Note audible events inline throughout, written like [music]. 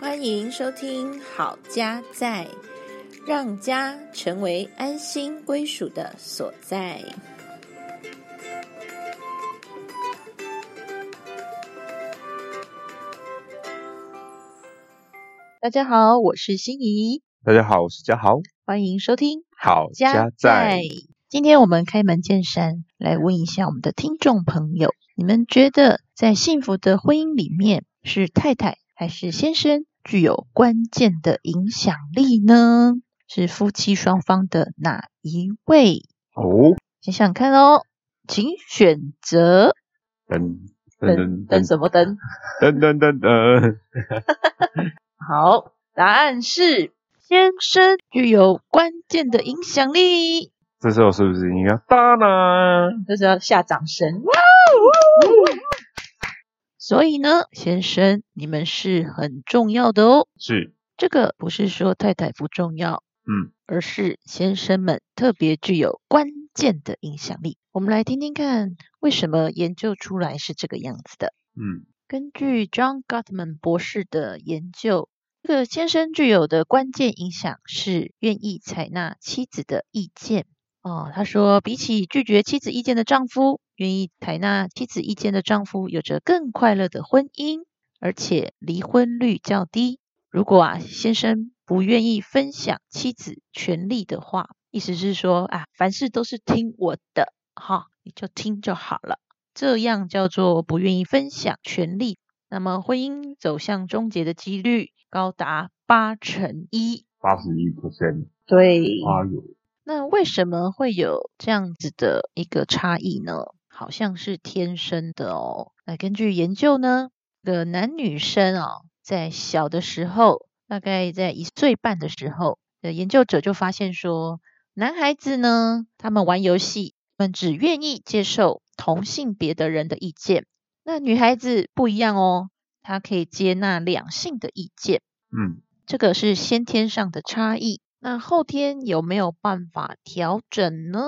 欢迎收听《好家在》，让家成为安心归属的所在。大家好，我是心怡，大家好，我是嘉豪，欢迎收听《好家在。今天我们开门见山来问一下我们的听众朋友，你们觉得在幸福的婚姻里面，是太太还是先生具有关键的影响力呢？是夫妻双方的哪一位？哦，想想看哦，请选择。噔等等什么等？噔噔噔噔，好，答案是先生具有关键的影响力。这时候是不是应该当当？就是要下掌声。所以呢，先生，你们是很重要的哦。是，这个不是说太太不重要，嗯，而是先生们特别具有关键的影响力。我们来听听看，为什么研究出来是这个样子的。嗯，根据 John Gottman 博士的研究，这个先生具有的关键影响是愿意采纳妻子的意见。哦，他说，比起拒绝妻子意见的丈夫，愿意采纳妻子意见的丈夫有着更快乐的婚姻，而且离婚率较低。如果啊，先生不愿意分享妻子权利的话，意思是说啊，凡事都是听我的，哈，你就听就好了。这样叫做不愿意分享权利，那么婚姻走向终结的几率高达八成一。八十一 percent，对哎呦，那为什么会有这样子的一个差异呢？好像是天生的哦。那根据研究呢，这个男女生哦，在小的时候，大概在一岁半的时候，呃，研究者就发现说，男孩子呢，他们玩游戏，他们只愿意接受同性别的人的意见。那女孩子不一样哦，她可以接纳两性的意见。嗯，这个是先天上的差异。那后天有没有办法调整呢？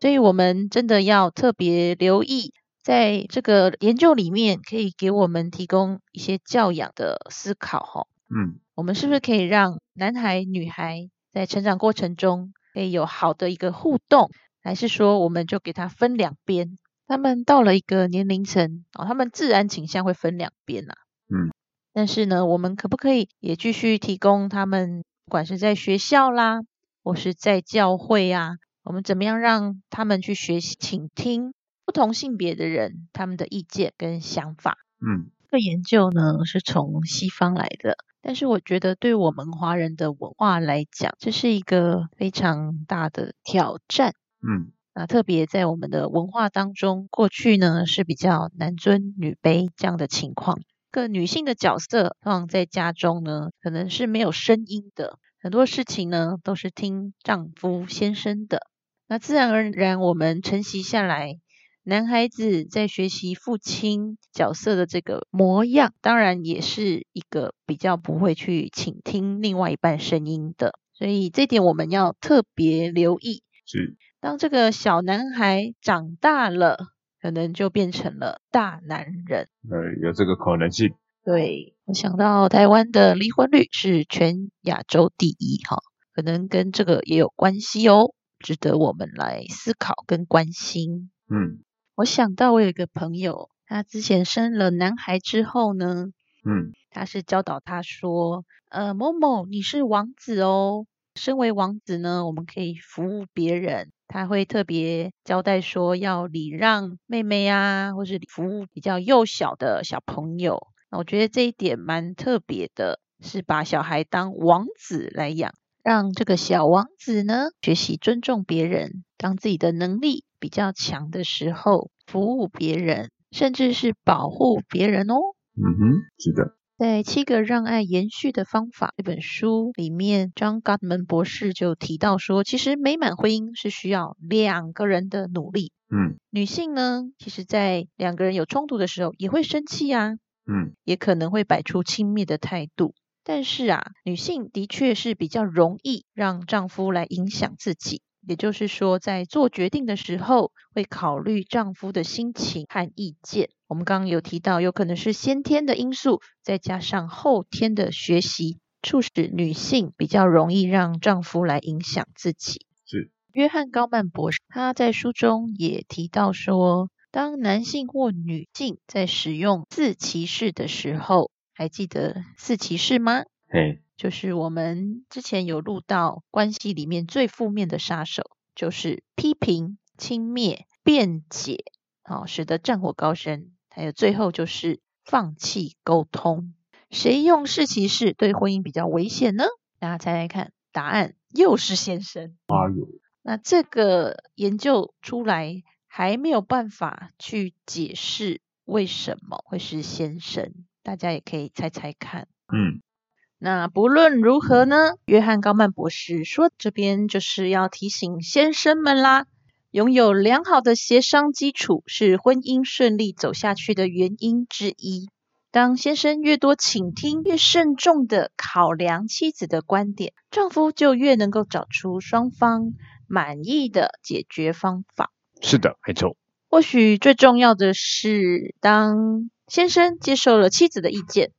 所以我们真的要特别留意，在这个研究里面可以给我们提供一些教养的思考哈、嗯，我们是不是可以让男孩、女孩在成长过程中可以有好的一个互动，还是说我们就给他分两边？他们到了一个年龄层哦，他们自然倾向会分两边呐、嗯，但是呢，我们可不可以也继续提供他们，不管是在学校啦，或是在教会啊，我们怎么样让他们去学习倾听不同性别的人他们的意见跟想法？嗯，这个研究呢是从西方来的，但是我觉得对我们华人的文化来讲，这是一个非常大的挑战。嗯，那特别在我们的文化当中，过去呢是比较男尊女卑这样的情况。个女性的角色，通常在家中呢，可能是没有声音的，很多事情呢都是听丈夫先生的。那自然而然，我们承袭下来，男孩子在学习父亲角色的这个模样，当然也是一个比较不会去倾听另外一半声音的，所以这点我们要特别留意。是，当这个小男孩长大了，可能就变成了大男人。呃，有这个可能性，对我想到台湾的离婚率是全亚洲第一哈，可能跟这个也有关系哦，值得我们来思考跟关心。嗯我想到我有一个朋友，他之前生了男孩之后呢，嗯他是教导他说，呃，某某你是王子哦，身为王子呢，我们可以服务别人。他会特别交代说要礼让妹妹啊，或是服务比较幼小的小朋友。那我觉得这一点蛮特别的，是把小孩当王子来养，让这个小王子呢学习尊重别人，当自己的能力比较强的时候服务别人，甚至是保护别人哦。嗯哼，是的，在《七个让爱延续的方法》这本书里面，John Gottman 博士就提到说，其实美满婚姻是需要两个人的努力。嗯女性呢，其实在两个人有冲突的时候，也会生气啊，嗯也可能会摆出轻蔑的态度。但是啊，女性的确是比较容易让丈夫来影响自己，也就是说，在做决定的时候，会考虑丈夫的心情和意见。我们刚刚有提到，有可能是先天的因素，再加上后天的学习，促使女性比较容易让丈夫来影响自己。是。约翰高曼博士他在书中也提到说，当男性或女性在使用自歧视的时候，还记得自歧视吗？嘿，就是我们之前有录到关系里面最负面的杀手，就是批评、轻蔑、辩解，好、使得战火高升。还有最后就是放弃沟通。谁用是其是对婚姻比较危险呢？大家猜猜看，答案又是先生。哎呦，那这个研究出来还没有办法去解释为什么会是先生，大家也可以猜猜看。嗯，那不论如何呢，约翰高曼博士说，这边就是要提醒先生们啦，拥有良好的协商基础是婚姻顺利走下去的原因之一。当先生越多倾听，越慎重的考量妻子的观点，丈夫就越能够找出双方满意的解决方法。是的，没错。或许最重要的是，当先生接受了妻子的意见，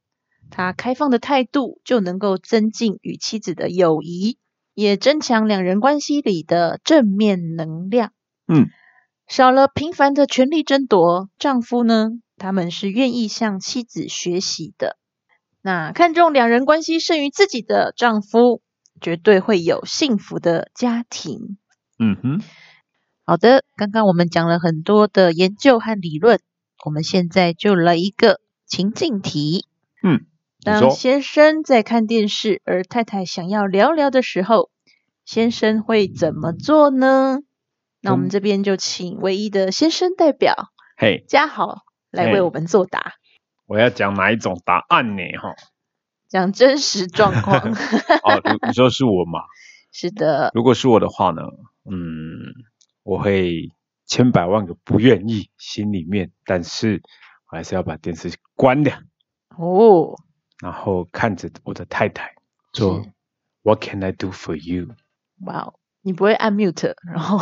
他开放的态度就能够增进与妻子的友谊，也增强两人关系里的正面能量。嗯，少了频繁的权力争夺，丈夫呢，他们是愿意向妻子学习的。那看重两人关系胜于自己的丈夫，绝对会有幸福的家庭。嗯哼，好的，刚刚我们讲了很多的研究和理论，我们现在就来一个情境题。嗯，你当说先生在看电视，而太太想要聊聊的时候，先生会怎么做呢？那我们嗯这边就请唯一的先生代表嘿，嘉豪来为哎我们作答，我要讲哪一种答案呢？哈，讲真实状 [laughs] 况。哦，你你说是我嘛？是的，如果是我的话呢，嗯，我会千百万个不愿意，心里面，但是我还是要把电视关掉，哦，然后看着我的太太说是，What can I do for you？哇哦，你不会按 mute，然 [laughs] 后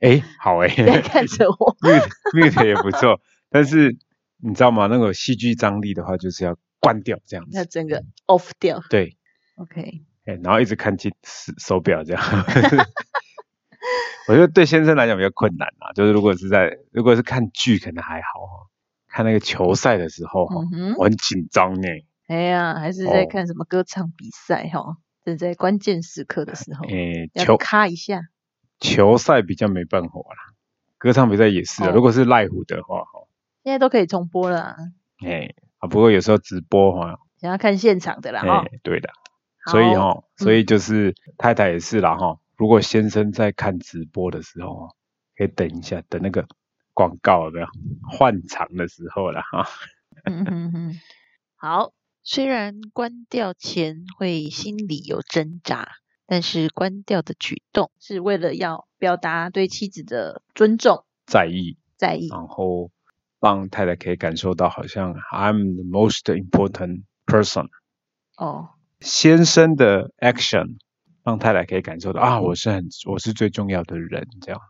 哎，好哎、再看着我。 mute mute 也不错，但是你知道吗？那个戏剧张力的话，就是要关掉这样那子，整个 off 掉对， ，OK。哎、然后一直看进手手表这样。 [laughs] 我觉得对先生来讲比较困难啊，就是如果是在如果是看剧可能还好哈，看那个球赛的时候哈，嗯哼，我很紧张呢，哎呀，还是在哦看什么歌唱比赛哈、正在关键时刻的时候，哎、哦要球咔一下。球赛比较没办法啦，歌唱比赛也是啊，哦如果是赖虎的话哈，现在都可以重播了啊，哎、啊，不过有时候直播哈，想要看现场的啦哎、哈、对的。好所以哈、哦，嗯所以就是太太也是啦哈、如果先生在看直播的时候哦，可以等一下，等那个广告有没有换场的时候啦哈、嗯哼哼，好。虽然关掉前会心里有挣扎，但是关掉的举动是为了要表达对妻子的尊重、在意，啊在意。然后让太太可以感受到好像 I'm the most important person。哦，先生的 action 让太太可以感受到啊，我是很我是最重要的人这样。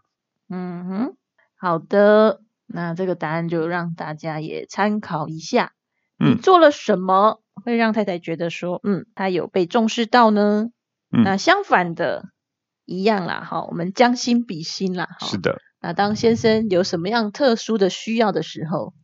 嗯哼，好的，那这个答案就让大家也参考一下。你嗯做了什么会让太太觉得说，嗯，她有被重视到呢？嗯那相反的，一样啦，哈，我们将心比心啦，哈是。的，那当先生有什么样特殊的需要的时候，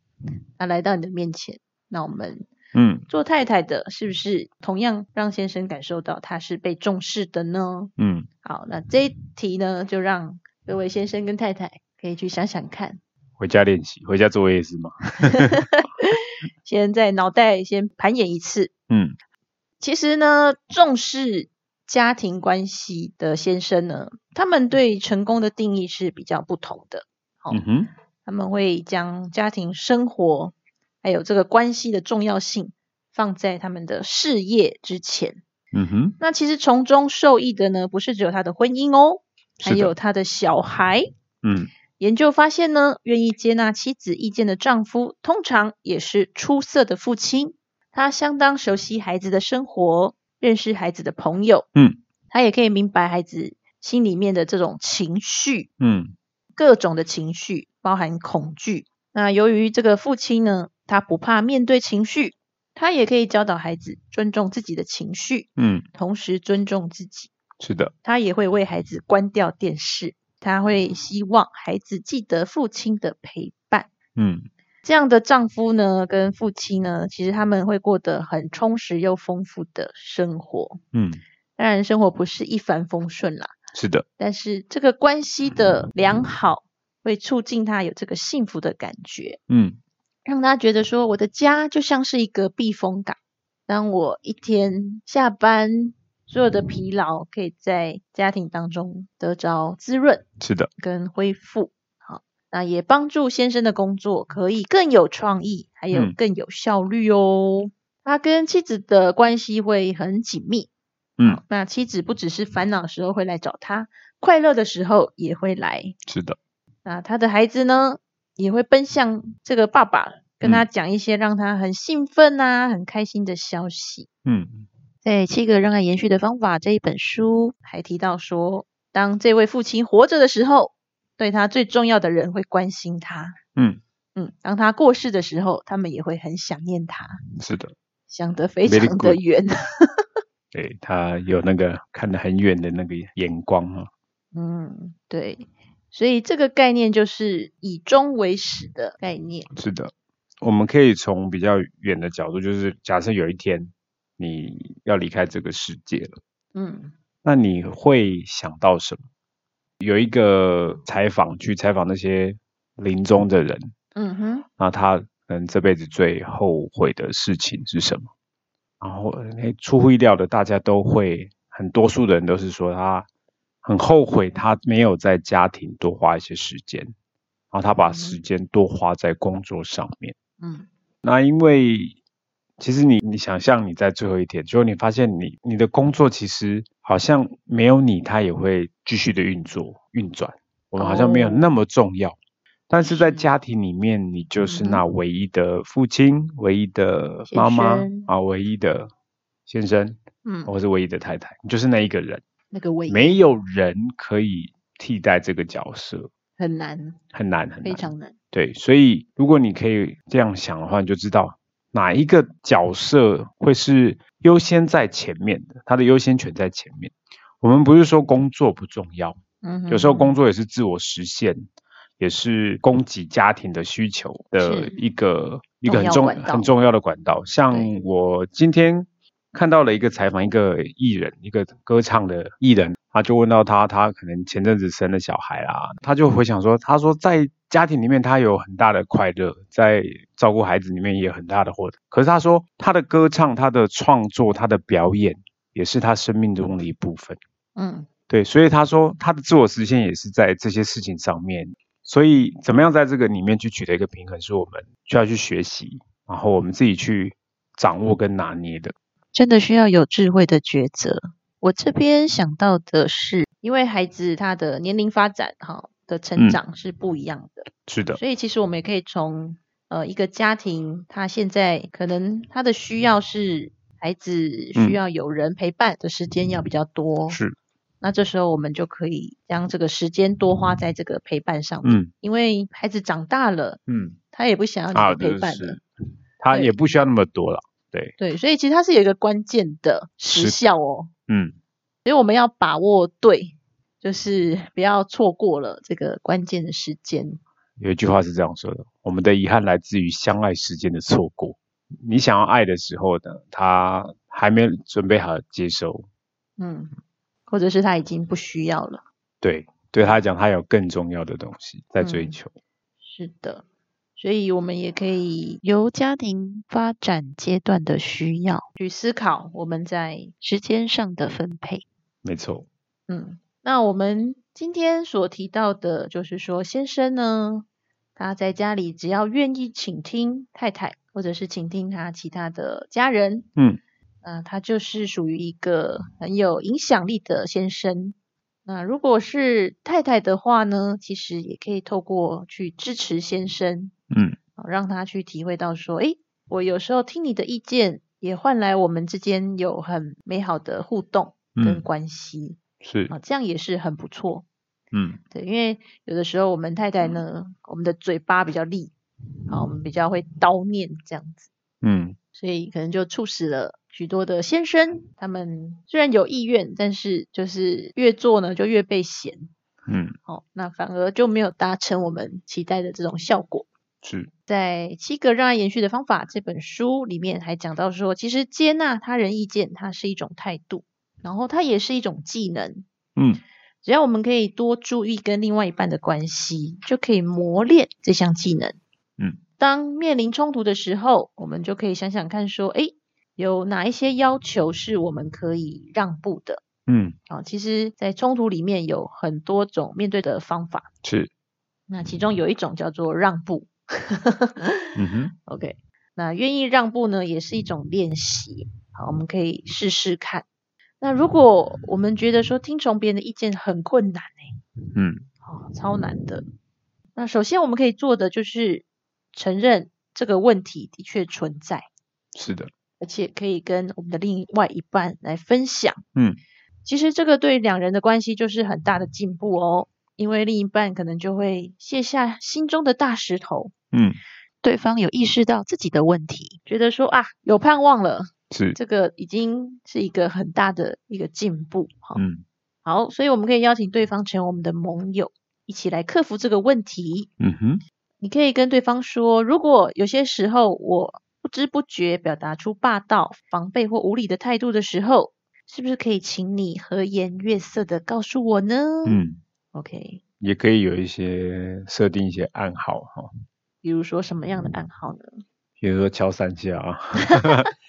他来到你的面前，那我们嗯做太太的，是不是同样让先生感受到他是被重视的呢？嗯，好，那这一题呢，就让各位先生跟太太可以去想想看，回家练习，回家作业是吗？先在脑袋先盘演一次。嗯其实呢，重视家庭关系的先生呢，他们对成功的定义是比较不同的。好嗯哼，他们会将家庭生活还有这个关系的重要性放在他们的事业之前。嗯哼，那其实从中受益的呢，不是只有他的婚姻哦，还是的有他的小孩。嗯研究发现呢，愿意接纳妻子意见的丈夫，通常也是出色的父亲。他相当熟悉孩子的生活，认识孩子的朋友，嗯，他也可以明白孩子心里面的这种情绪，嗯各种的情绪，包含恐惧。那由于这个父亲呢，他不怕面对情绪，他也可以教导孩子尊重自己的情绪，嗯，同时尊重自己。是的，他也会为孩子关掉电视，他会希望孩子记得父亲的陪伴。嗯这样的丈夫呢，跟父亲呢，其实他们会过得很充实又丰富的生活。嗯，当然，生活不是一帆风顺啦，是的，但是这个关系的良好，会促进他有这个幸福的感觉，嗯让他觉得说，我的家就像是一个避风港。当我一天下班，所有的疲劳可以在家庭当中得着滋润是的，跟恢复。好，那也帮助先生的工作可以更有创意，还有嗯更有效率哦。他跟妻子的关系会很紧密，嗯那妻子不只是烦恼的时候会来找他，快乐的时候也会来。是的，那他的孩子呢，也会奔向这个爸爸，跟他嗯讲一些让他很兴奋啊、很开心的消息。嗯在《七个让爱延续的方法》这一本书还提到说，当这位父亲活着的时候，对他最重要的人会关心他。嗯嗯，当他过世的时候，他们也会很想念他，是的，想得非 Very 常的 good 远。 [laughs] 对他有那个看得很远的那个眼光啊，嗯，对，所以这个概念就是以终为始的概念。是的，我们可以从比较远的角度，就是假设有一天你要离开这个世界了，嗯那你会想到什么？有一个采访去采访那些临终的人，嗯哼，那他可能这辈子最后悔的事情是什么？然后诶出乎意料的，大家都会很多数的人都是说他很后悔他没有在家庭多花一些时间，然后他把嗯时间多花在工作上面。嗯那因为其实你你想象你在最后一天，结果你发现你你的工作其实好像没有你，它也会继续的运作运转。我们好像没有哦那么重要，但是在是家庭里面，你就是嗯哼那唯一的父亲、唯一的妈妈先生啊、唯一的先生，嗯，或是唯一的太太，你就是那一个人，那个位哦没有人可以替代这个角色，很难，很难很难，非常难。对，所以如果你可以这样想的话，你就知道哪一个角色会是优先在前面的，他的优先权在前面。我们不是说工作不重要，嗯哼，有时候工作作也是自我实现，也是供给家庭的需求的是一个一重个很要重管道很重要的管道。对像我今天看到了一个采访，一个艺人，一个歌唱的艺人，他就问到他，他可能前阵子生了小孩啦，他就回想说，他说在家庭里面他有很大的快乐，在照顾孩子里面也有很大的获得。可是他说他的歌唱、他的创作、他的表演，也是他生命中的一部分。嗯对，所以他说他的自我实现也是在这些事情上面。所以怎么样在这个里面去取得一个平衡，是我们需要去学习，然后我们自己去掌握跟拿捏的。真的需要有智慧的抉择。我这边想到的是，因为孩子他的年龄发展哈的成嗯长是不一样的，是的，所以其实我们也可以从呃一个家庭，他现在可能他的需要是孩子需嗯要有人陪伴的时间要比较多，是，那这时候我们就可以将这个时间多花在这个陪伴上面，嗯因为孩子长大了，嗯，他也不想要啊，你的对陪伴了。是，他也不需要那么多了。对，所以其实它是有一个关键的时是效哦，嗯，所以我们要把握对，就是不要错过了这个关键的时间。有一句话是这样说的：我们的遗憾来自于相爱时间的错过。你想要爱的时候呢，他还没准备好接收。嗯，或者是他已经不需要了。对，对他来讲，他有更重要的东西在追嗯求。是的，所以我们也可以由家庭发展阶段的需要去思考我们在时间上的分配。没错。嗯，那我们今天所提到的，就是说先生呢，他在家里只要愿意倾听太太，或者是倾听他其他的家人，嗯，呃，他就是属于一个很有影响力的先生。那如果是太太的话呢，其实也可以透过去支持先生，嗯啊让他去体会到说，诶，我有时候听你的意见，也换来我们之间有很美好的互动跟嗯关系。是啊，这样也是很不错。嗯对，因为有的时候我们太太呢，我们的嘴巴比较利，啊，我们比较会叨念这样子，嗯所以可能就促使了许多的先生，他们虽然有意愿，但是就是越做呢就越被嫌，嗯哦，那反而就没有达成我们期待的这种效果。是在《七个让爱延续的方法》这本书里面还讲到说，其实接纳他人意见，它是一种态度，然后它也是一种技能。嗯只要我们可以多注意跟另外一半的关系，就可以磨练这项技能。嗯，当面临冲突的时候，我们就可以想想看，说，诶，有哪一些要求是我们可以让步的？嗯啊、其实，在冲突里面有很多种面对的方法，是那其中有一种叫做让步。嗯哼 [laughs] OK，那愿意让步呢，也是一种练习。好，我们可以试试看。那如果我们觉得说听从别人的意见很困难欸嗯哦，超难的。那首先我们可以做的就是承认这个问题的确存在，是的而且可以跟我们的另外一半来分享。嗯其实这个对两人的关系就是很大的进步哦，因为另一半可能就会卸下心中的大石头，嗯对方有意识到自己的问题，觉得说啊有盼望了，是这个已经是一个很大的一个进步。好、嗯好，所以我们可以邀请对方成为我们的盟友，一起来克服这个问题。嗯哼你可以跟对方说，如果有些时候我不知不觉表达出霸道、防备或无理的态度的时候，是不是可以请你和颜悦色的告诉我呢？嗯， ，OK，也可以有一些设定一些暗号哈、比如说什么样的暗号呢？比如说敲三下啊， [laughs]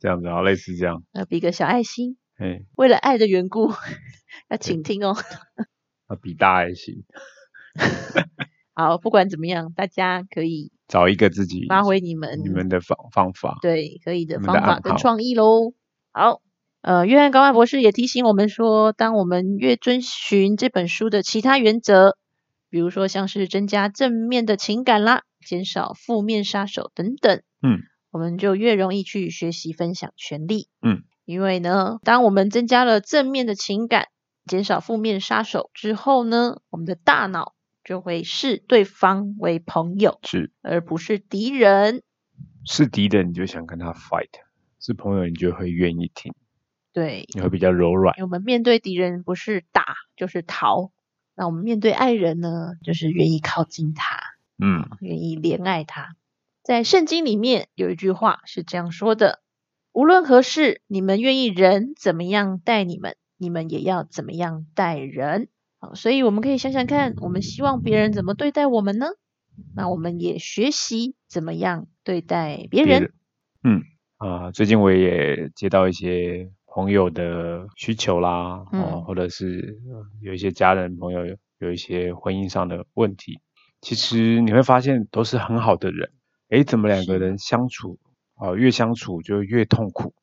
这样子啊，类似这样，呃，比个小爱心，哎、为了爱的缘故， [laughs] 要请听哦。 [laughs] 那比大爱心，好，不管怎么样，大家可以找一个自己发挥你们你们的方方法，对可以的你们的方法暗跟号创意喽。好，呃，约翰高曼博士也提醒我们说，当我们越遵循这本书的其他原则，比如说像是增加正面的情感啦，减少负面杀手等等，嗯，我们就越容易去学习分享权利，嗯，因为呢，当我们增加了正面的情感，减少负面杀手之后呢，我们的大脑就会视对方为朋友，是而不是敌人。是敌人你就想跟他 fight，是朋友你就会愿意听，对，你会比较柔软因，为我们面对敌人不是打就是逃，那我们面对爱人呢，就是愿意靠近他，嗯愿意怜爱他。在圣经里面有一句话是这样说的：无论何事，你们愿意人怎么样待你们，你们也要怎么样待人。好，所以我们可以想想看，我们希望别人怎么对待我们呢？那我们也学习怎么样对待别别人人。啊、最近我也接到一些朋友的需求啦，哦，嗯或者是呃有一些家人朋友有有一些婚姻上的问题，其实你会发现都是很好的人，诶，怎么两个是人相处啊、越相处就越痛苦？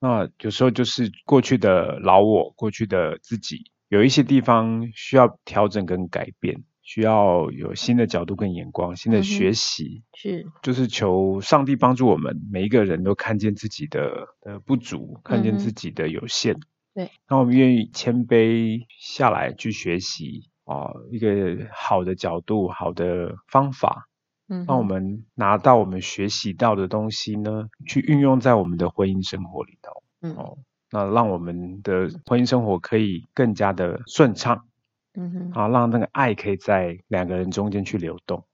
那有时候就是过去的老我，过去的自己，有一些地方需要调整跟改变，需要有新的角度跟眼光，嗯新的哼学习。是，就是求上帝帮助我们每一个人都看见自己的呃不足，看见嗯哼自己的有限。对，那我们愿意谦卑下来去学习啊、一个好的角度、好的方法，嗯让我哼们拿到我们学习到的东西呢，去运用在我们的婚姻生活里头。嗯哦，那让我们的婚姻生活可以更加的顺畅嗯哼，啊，让那个爱可以在两个人中间去流动。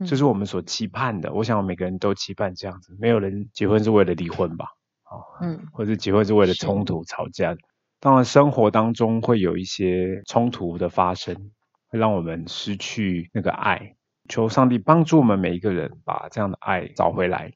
这嗯是我们所期盼的。我想，每个人都期盼这样子，没有人结婚是为了离婚吧？哦，嗯或者结婚是为了是冲突、吵架。当然，生活当中会有一些冲突的发生，会让我们失去那个爱。求上帝帮助我们每一个人把这样的爱找回来，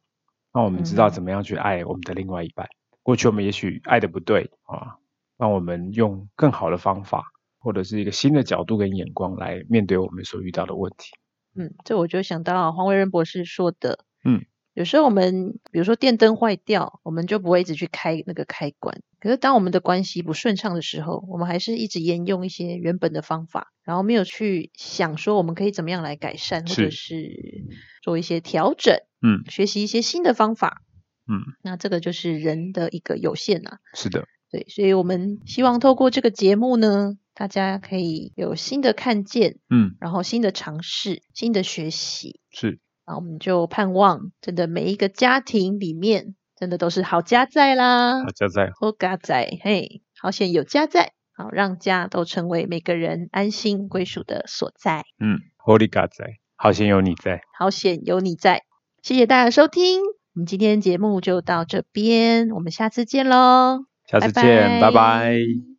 让我们知道嗯哼怎么样去爱我们的另外一半。过去我们也许爱的不对啊，让我们用更好的方法，或者是一个新的角度跟眼光来面对我们所遇到的问题。嗯，这我就想到黄维仁博士说的，嗯，有时候我们比如说电灯坏掉，我们就不会一直去开那个开关。可是当我们的关系不顺畅的时候，我们还是一直沿用一些原本的方法，然后没有去想说我们可以怎么样来改善，或者是是做一些调整，嗯学习一些新的方法。嗯，那这个就是人的一个有限啊。是的，对，所以我们希望透过这个节目呢，大家可以有新的看见，嗯，然后新的尝试、新的学习。是，那我们就盼望，真的每一个家庭里面，真的都是好家在啦好，，加在，好家在，嘿，好险有家在，好让家都成为每个人安心归属的所在。嗯，Holy God 在，好心有你在，好险有你在，谢谢大家的收听，我们今天节目就到这边，我们下次见喽。下次拜见，拜拜拜